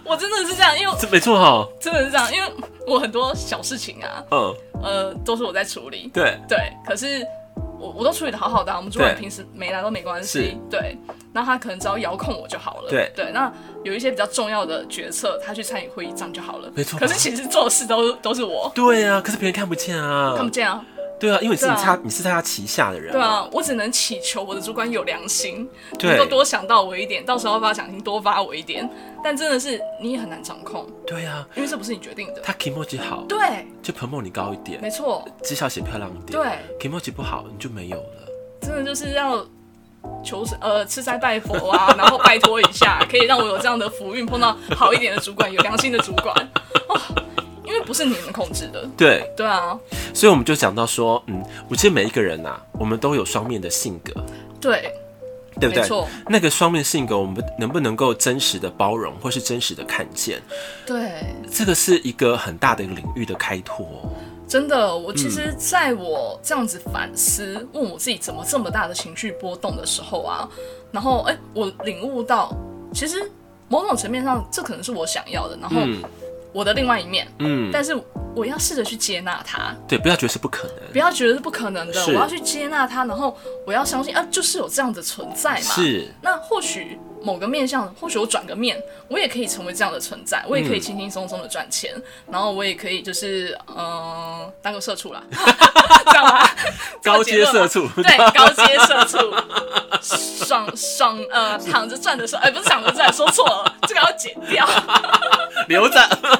Speaker 1: 我真的是这样，因为
Speaker 2: 这没错哈，
Speaker 1: 真的是这样，因为我很多小事情啊，
Speaker 2: 嗯，
Speaker 1: 呃，都是我在处理。
Speaker 2: 对，
Speaker 1: 对，可是我我都处理的好好的、啊，我们主管
Speaker 2: 对
Speaker 1: 平时没来都没关
Speaker 2: 是
Speaker 1: 系，对。那他可能只要遥控我就好了，
Speaker 2: 对
Speaker 1: 对。那有一些比较重要的决策，他去参与会议上就好了，
Speaker 2: 没错
Speaker 1: 可是其实做的事都都是我，
Speaker 2: 对啊，可是别人看不见啊，
Speaker 1: 看不见啊，
Speaker 2: 对啊，因为你是
Speaker 1: 对啊
Speaker 2: 他，你是在他旗下的人，
Speaker 1: 对，啊，我只能祈求我的主管有良心，能
Speaker 2: 对
Speaker 1: 够，多想到我一点，到时候发奖金多发我一点。但真的是你也很难掌控，
Speaker 2: 对啊，
Speaker 1: 因为这不是你决定的。
Speaker 2: 他 k i m o j i 好，
Speaker 1: 对，
Speaker 2: 就 promo 你高一
Speaker 1: 没
Speaker 2: 点，
Speaker 1: 错，
Speaker 2: 绩效写漂亮一点，
Speaker 1: 对
Speaker 2: k i m o j i 不好你就没有了，
Speaker 1: 真的就是要求神呃吃斋拜佛啊， 然后拜托一下，可以让我有这样的福运，碰到好一点的主管，有良心的主管。哦，因为不是你能控制的。
Speaker 2: 对，
Speaker 1: 对啊，
Speaker 2: 所以我们就讲到说，嗯，我觉得每一个人呐、我们都有双面的性格，
Speaker 1: 对，
Speaker 2: 对
Speaker 1: 没
Speaker 2: 不对？
Speaker 1: 错，
Speaker 2: 那个双面性格，我们能不能够真实的包容，或是真实的看见，
Speaker 1: 对，
Speaker 2: 这个是一个很大的一个领域的开拓哦、
Speaker 1: 真的，我其实在我这样子反思，问我自己怎么这么大的情绪波动的时候啊，然后哎、我领悟到，其实某种层面上，这可能是我想要的，然后
Speaker 2: 嗯
Speaker 1: 我的另外一面，
Speaker 2: 嗯，
Speaker 1: 但是我要试着去接纳它，
Speaker 2: 对，不要觉得是不可能，
Speaker 1: 不要觉得是不可能的，
Speaker 2: 是
Speaker 1: 我要去接纳它，然后我要相信啊，就是有这样的存在嘛。
Speaker 2: 是
Speaker 1: 那或许某个面向，或许我转个面，我也可以成为这样的存在，我也可以轻轻松松的赚钱，然后我也可以就是嗯、呃当个社畜 啦，这样吧，
Speaker 2: 高阶社畜
Speaker 1: 这个结论吗对，高阶社畜，爽爽呃躺着赚的时候，哎、不是躺着赚，说错了，这个要剪 掉，
Speaker 2: 留着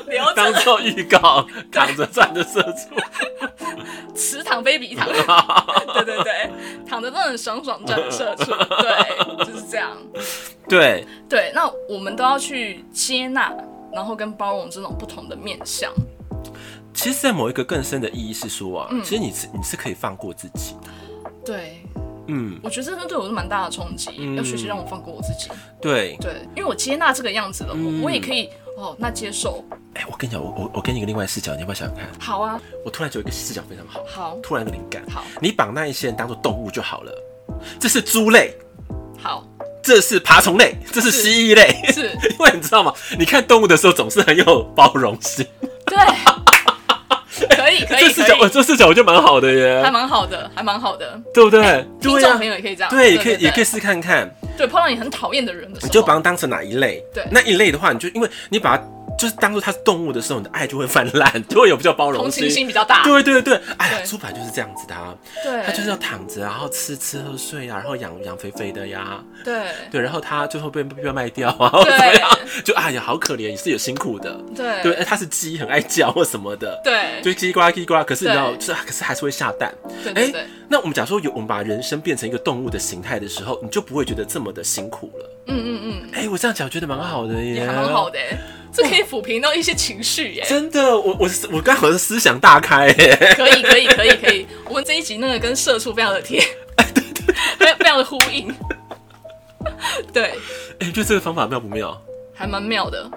Speaker 1: 留
Speaker 2: 当
Speaker 1: 着
Speaker 2: 做预告，躺着站着射出，
Speaker 1: 此躺非彼躺，对对对，躺着都很爽爽 赚的社畜，对，就是这样。
Speaker 2: 对，
Speaker 1: 对，那我们都要去接纳，然后跟包容这种不同的面相。
Speaker 2: 其实，在某一个更深的意义是说啊，
Speaker 1: 嗯
Speaker 2: 其实你是你是可以放过自己的，
Speaker 1: 对，
Speaker 2: 嗯，
Speaker 1: 我觉得这对我是蛮大的冲击，
Speaker 2: 嗯
Speaker 1: 要学习让我放过我自己。
Speaker 2: 对。
Speaker 1: 对，因为我接纳这个样子了，我、
Speaker 2: 嗯
Speaker 1: 我也可以哦，那接受，
Speaker 2: 哎、我跟你讲，我我我给你一个另外视角，你要不要想想看？
Speaker 1: 好啊，
Speaker 2: 我突然就有一个视角非常好，
Speaker 1: 好，
Speaker 2: 突然有个灵感，
Speaker 1: 好，
Speaker 2: 你把那一些人当做动物就好了，这是猪类，
Speaker 1: 好，
Speaker 2: 这是爬虫类，这是
Speaker 1: 是
Speaker 2: 蜥蜴类。
Speaker 1: 是，
Speaker 2: 因为你知道吗？你看动物的时候总是很有包容性。
Speaker 1: 对，可以，可
Speaker 2: 这
Speaker 1: 以，
Speaker 2: 视角，
Speaker 1: 可
Speaker 2: 我
Speaker 1: 以，
Speaker 2: 这视角我觉得蛮好的
Speaker 1: 还
Speaker 2: 耶，
Speaker 1: 蛮好的，还蛮好的。
Speaker 2: 对不对？
Speaker 1: 听
Speaker 2: 对
Speaker 1: 众
Speaker 2: 呀
Speaker 1: 朋，友也可以这样，
Speaker 2: 对，也可以，也可以
Speaker 1: 啊对
Speaker 2: 试看看。
Speaker 1: 对，碰到你很讨厌的人的时候，
Speaker 2: 你就把它当成哪一类？
Speaker 1: 对
Speaker 2: 那一类的话，你就因为你把它就是当做它是动物的时候，你的爱就会泛滥， 就会有比较包容
Speaker 1: 同情
Speaker 2: 心。
Speaker 1: 心比较大，
Speaker 2: 对对对，哎呀，
Speaker 1: 对
Speaker 2: 猪本来就是这样子的、啊，
Speaker 1: 对，
Speaker 2: 它就是要躺着，然后吃吃喝睡啊，然后养养肥肥的呀，
Speaker 1: 对
Speaker 2: 对，然后它最后被被卖掉啊， 或怎么样，就哎呀，好可怜，也是有辛苦的，
Speaker 1: 对
Speaker 2: 对，哎它是鸡，很爱叫或什么的，
Speaker 1: 对
Speaker 2: 就叽里呱啦叽里呱啦，可是你知道，
Speaker 1: 对
Speaker 2: 是可是还是会下蛋。
Speaker 1: 对对
Speaker 2: 哎
Speaker 1: 对，
Speaker 2: 那我们假说有我们把人生变成一个动物的形态的时候，你就不会觉得这么的辛苦了。
Speaker 1: 嗯嗯嗯。
Speaker 2: 哎、我这样讲觉得蛮好的耶，
Speaker 1: 也还蛮好的、欸，这可以抚平到一些情绪耶、
Speaker 2: 真的，我我我刚好是思想大开耶，
Speaker 1: 可以可以可以可以，我们这一集那个跟社畜非常的贴，
Speaker 2: 哎
Speaker 1: 非常非常的呼应，对，
Speaker 2: 哎、你觉得这个方法妙不妙？
Speaker 1: 还蛮妙的，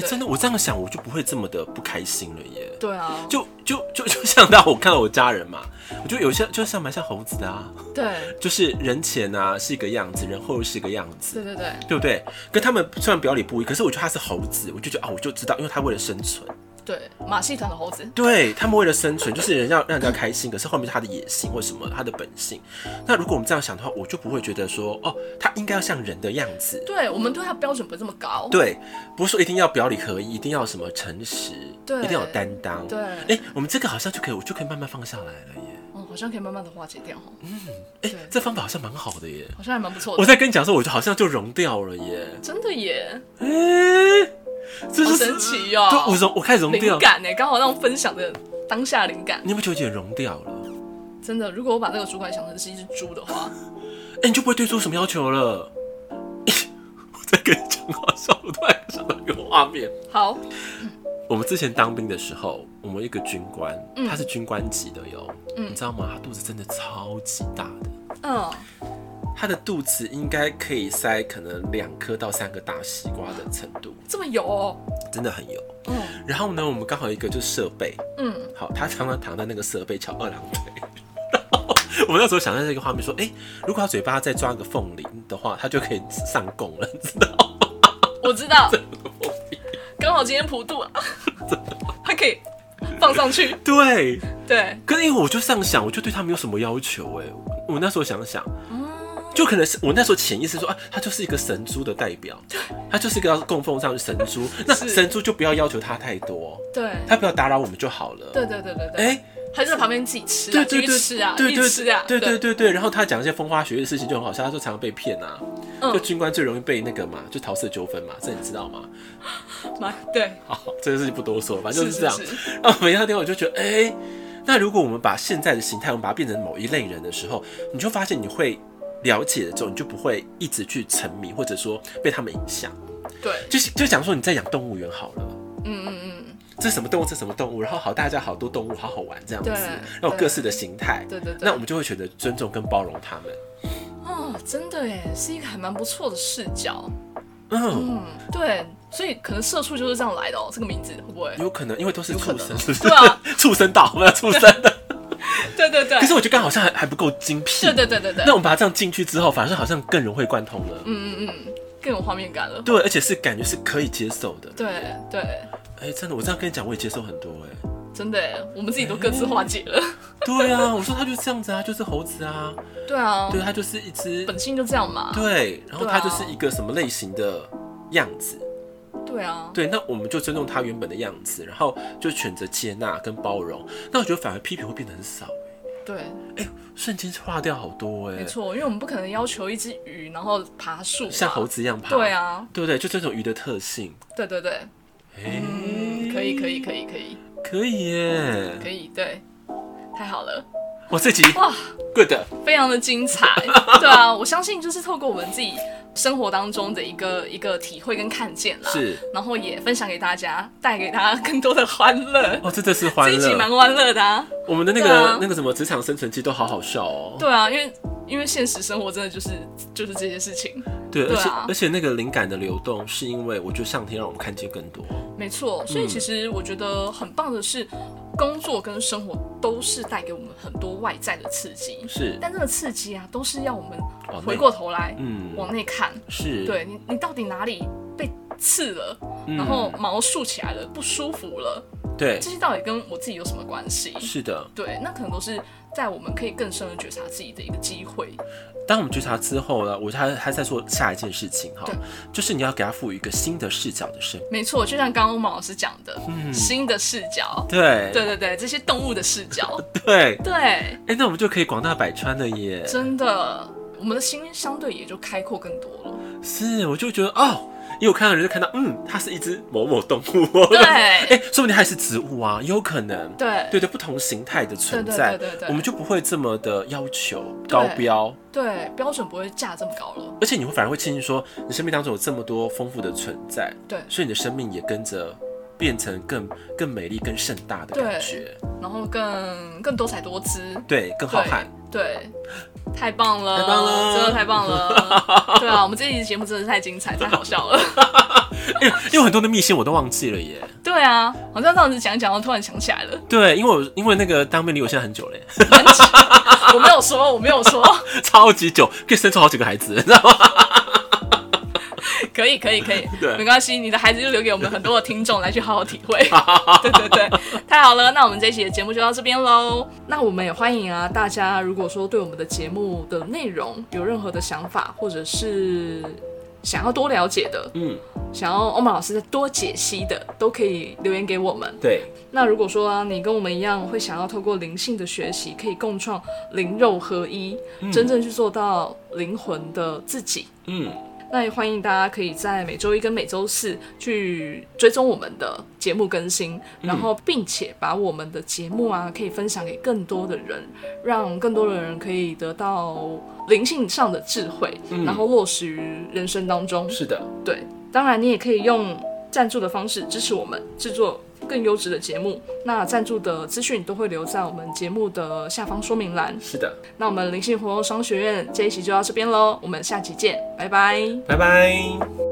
Speaker 1: 对
Speaker 2: 真的，我这样想我就不会这么的不开心了耶。
Speaker 1: 对啊，
Speaker 2: 就就就就像到我看到我家人嘛，我觉得有些就像蛮像猴子的啊，
Speaker 1: 对
Speaker 2: 就是人前啊是一个样子，人后又是一个样子
Speaker 1: 对，对对
Speaker 2: 对不对？跟他们虽然表里不一，可是我觉得他是猴子，我就觉得啊，我就知道，因为他为了生存，
Speaker 1: 对，马戏团的猴子，
Speaker 2: 对他们为了生存，就是人要让人家开心，可是后面是他的野性或什么，他的本性。那如果我们这样想的话，我就不会觉得说，哦，他应该要像人的样子，
Speaker 1: 对我们对它标准不是这么高，
Speaker 2: 对，不是说一定要表里合一，一定要什么诚实，
Speaker 1: 对
Speaker 2: 一定要有担当，
Speaker 1: 对
Speaker 2: 哎、我们这个好像就可以，我就可以慢慢放下来了耶。
Speaker 1: 嗯，好像可以慢慢的化解掉哦，
Speaker 2: 哎、
Speaker 1: 对
Speaker 2: 这方法好像蛮好的耶。
Speaker 1: 好像还蛮不错
Speaker 2: 我
Speaker 1: 的，
Speaker 2: 在跟你讲说，我就好像就融掉了耶。
Speaker 1: 真的耶，
Speaker 2: 哎、这就
Speaker 1: 好
Speaker 2: 是
Speaker 1: 神奇哦
Speaker 2: 对，我融，我开始融
Speaker 1: 灵
Speaker 2: 掉。
Speaker 1: 感呢、刚好让我分享的当下灵感，
Speaker 2: 你有没有觉得有点融掉了？
Speaker 1: 真的，如果我把这个主管想成是一只猪的 话，
Speaker 2: 哎、你就不会对出什么要求了。 我在跟你讲好笑，我突然想到一个画面。
Speaker 1: 好，
Speaker 2: 我们之前当兵的时候，我们有一个军官，他是军官级的哟，你知道吗？他肚子真的超级大的，
Speaker 1: 嗯，
Speaker 2: 他的肚子应该可以塞可能两颗到三个大西瓜的程度，
Speaker 1: 这么有、哦，
Speaker 2: 真的很有。
Speaker 1: 嗯
Speaker 2: 然后呢，我们刚好有一个就是设备，
Speaker 1: 嗯。
Speaker 2: 好，他常常躺在那个设备翘二郎腿。 我们那时候想象这个画面，说，哎、如果他嘴巴再抓个缝里的话，他就可以上供了，你知道吗？
Speaker 1: 我知 道，刚好今天普渡啊，它可以放上去。
Speaker 2: 对，
Speaker 1: 对，
Speaker 2: 可是因为我就这样想，我就对他没有什么要求哎、我那时候想想，就可能是我那时候潜意识说啊，他就是一个神猪的代表，他就是一个要供奉上去神猪，那
Speaker 1: 是
Speaker 2: 神猪就不要要求他太多，
Speaker 1: 对，
Speaker 2: 他不要打扰我们就好了。
Speaker 1: 对对对对对，
Speaker 2: 哎，
Speaker 1: 他就在旁边自己吃啊，
Speaker 2: 对
Speaker 1: 继
Speaker 2: 对
Speaker 1: 续
Speaker 2: 对，
Speaker 1: 吃啊，
Speaker 2: 对
Speaker 1: 继
Speaker 2: 对
Speaker 1: 续吃啊，
Speaker 2: 对对对对。然后他讲一些风花雪月的事情就很好笑，他说常常被骗啊，
Speaker 1: 嗯
Speaker 2: 就军官最容易被那个嘛，就桃色纠纷嘛， 这你知道吗？
Speaker 1: 妈对，
Speaker 2: 好，这个事情不多说，反正就是这样。
Speaker 1: 是是
Speaker 2: 然后每一到电话我就觉得，哎、那如果我们把现在的形态，我们把它变成某一类人的时候，你就发现你会了解了之后，你就不会一直去沉迷，或者说被他们影响。
Speaker 1: 对，
Speaker 2: 就是就讲说你在养动物园好了。
Speaker 1: 嗯嗯嗯，
Speaker 2: 这什么动物？这什么动物？然后好，大家好多动物，好好玩这样子
Speaker 1: 对，
Speaker 2: 然后
Speaker 1: 对
Speaker 2: 各式的形态，
Speaker 1: 对对对
Speaker 2: 那我们就会选择尊重跟包容他们。
Speaker 1: 哦，真的耶，是一个还蛮不错的视角，
Speaker 2: 嗯，
Speaker 1: 嗯，对，所以可能社畜就是这样来的哦，这个名字会不会？
Speaker 2: 有可能，因为都是
Speaker 1: 有可
Speaker 2: 畜
Speaker 1: 能
Speaker 2: 生，
Speaker 1: 对啊，
Speaker 2: 畜生岛，我们要畜生 的。
Speaker 1: 对对对
Speaker 2: 可，是我觉得刚好像还还不够精辟。
Speaker 1: 对对对对对
Speaker 2: 那，我们把它这样进去之后，反而好像更融会贯通了。
Speaker 1: 嗯嗯嗯，更有画面感了。
Speaker 2: 对，而且是感觉是可以接受的。
Speaker 1: 对对，
Speaker 2: 哎、真的，我这样跟你讲，我也接受很多哎、
Speaker 1: 真的耶，我们自己都各自化解了。
Speaker 2: 对啊，我说他就是这样子啊，就是猴子啊，
Speaker 1: 对啊，
Speaker 2: 对，他就是一只，
Speaker 1: 本性就这样嘛。
Speaker 2: 对，然后
Speaker 1: 对啊
Speaker 2: 他就是一个什么类型的样子。
Speaker 1: 对啊，
Speaker 2: 对，那我们就尊重他原本的样子，然后就选择接纳跟包容。那我觉得反而批评会变得很少，
Speaker 1: 对，
Speaker 2: 瞬间化掉好多哎、
Speaker 1: 没错，因为我们不可能要求一只鱼然后爬树嘛，
Speaker 2: 像猴子一样爬，
Speaker 1: 对，啊，
Speaker 2: 对不对？就这种鱼的特性，
Speaker 1: 对对对，
Speaker 2: 哎、
Speaker 1: 嗯，可以可以可以可以
Speaker 2: 可以耶
Speaker 1: 可！以，对，太好了，
Speaker 2: 我这集
Speaker 1: 哇，
Speaker 2: good，
Speaker 1: 非常的精 彩。对啊，我相信就是透过我们自己生活当中的一个一个体会跟看见啦，，
Speaker 2: 是
Speaker 1: 然后也分享给大家，带给大家更多的欢乐。
Speaker 2: 哦，真的是
Speaker 1: 这
Speaker 2: 欢
Speaker 1: 一集
Speaker 2: 乐。
Speaker 1: 蛮欢乐的啊，
Speaker 2: 我们的那
Speaker 1: 对
Speaker 2: 个、
Speaker 1: 啊
Speaker 2: 那个什么职场生存记都好好笑哦。
Speaker 1: 对啊，因为因为现实生活真的就是就是这些事情，
Speaker 2: 对，
Speaker 1: 对
Speaker 2: 而且、
Speaker 1: 啊
Speaker 2: 而且那个灵感的流动，是因为我觉得上天让我们看见更多。
Speaker 1: 没错。
Speaker 2: 嗯
Speaker 1: 所以其实我觉得很棒的是，工作跟生活都是带给我们很多外在的刺激，
Speaker 2: 是，
Speaker 1: 但这个刺激啊，都是要我们
Speaker 2: 往内
Speaker 1: 回过头来
Speaker 2: 嗯，
Speaker 1: 往内看，
Speaker 2: 是，
Speaker 1: 对你你到底哪里被刺了，
Speaker 2: 嗯，
Speaker 1: 然后毛竖起来了，不舒服了，
Speaker 2: 对，
Speaker 1: 这些到底跟我自己有什么关系？
Speaker 2: 是的。
Speaker 1: 对，那可能都是在我们可以更深的觉察自己的一个机会。
Speaker 2: 当我们觉察之后呢，我还还在说下一件事情哈
Speaker 1: 对，
Speaker 2: 就是你要给它赋予一个新的视角的生命。
Speaker 1: 没错，就像刚刚毛老师讲的，
Speaker 2: 嗯
Speaker 1: 新的视角，
Speaker 2: 对
Speaker 1: 对对对，这些动物的视角，
Speaker 2: 对，
Speaker 1: 对，
Speaker 2: 哎、那我们就可以广大百川了耶。
Speaker 1: 真的，我们的心相对也就开阔更多了。
Speaker 2: 是，我就觉得哦，因为我看到人就看到，嗯，它是一只某某动物哦。
Speaker 1: 对
Speaker 2: 哎、说不定它还是植物啊，有可能。
Speaker 1: 对
Speaker 2: 对对，不同形态的存在，
Speaker 1: 对对对对对
Speaker 2: 我们就不会这么的要求高标，
Speaker 1: 对，标准不会架这么高了。
Speaker 2: 而且你会反而会庆幸说，你生命当中有这么多丰富的存在，
Speaker 1: 对
Speaker 2: 所以你的生命也跟着变成更更美丽、更盛大的感觉，
Speaker 1: 然后更更多彩多姿，
Speaker 2: 对，更浩瀚。
Speaker 1: 对，太棒了，
Speaker 2: 太棒了
Speaker 1: 真的太棒 了。对啊，我们这一期节目真的是太精彩，太好笑了。
Speaker 2: 因为因为很多的密信我都忘记了耶，
Speaker 1: 对啊，好像这样子讲一讲，我突然想起来 了，
Speaker 2: 对，因为我因为那个当兵离我现在很久嘞，
Speaker 1: 我没有说，我没有说，
Speaker 2: 超级久，可以生出好几个孩子，你知道吗？
Speaker 1: 可以，可以，可以，
Speaker 2: 对
Speaker 1: 没关系，你的孩子就留给我们很多的听众来去好好体会。对对对，太好了，那我们这一期的节目就到这边喽。那我们也欢迎啊，大家如果说对我们的节目的内容有任何的想法，或者是想要多了解的，
Speaker 2: 嗯，
Speaker 1: 想要欧曼老师再多解析的，都可以留言给我们。
Speaker 2: 对，
Speaker 1: 那如果说啊，你跟我们一样会想要透过灵性的学习，可以共创灵肉合一，真正去做到灵魂的自己。
Speaker 2: 嗯，
Speaker 1: 那也欢迎大家可以在每周一跟每周四去追踪我们的节目更新，然后并且把我们的节目啊可以分享给更多的人，让更多的人可以得到灵性上的智慧，然后落实于人生当中。
Speaker 2: 是的，
Speaker 1: 对，当然你也可以用赞助的方式支持我们制作更优质的节目。那赞助的资讯都会留在我们节目的下方说明栏。
Speaker 2: 是的，
Speaker 1: 那我们灵性活动商学院这一期就到这边喽，我们下期见，拜拜。
Speaker 2: 拜拜。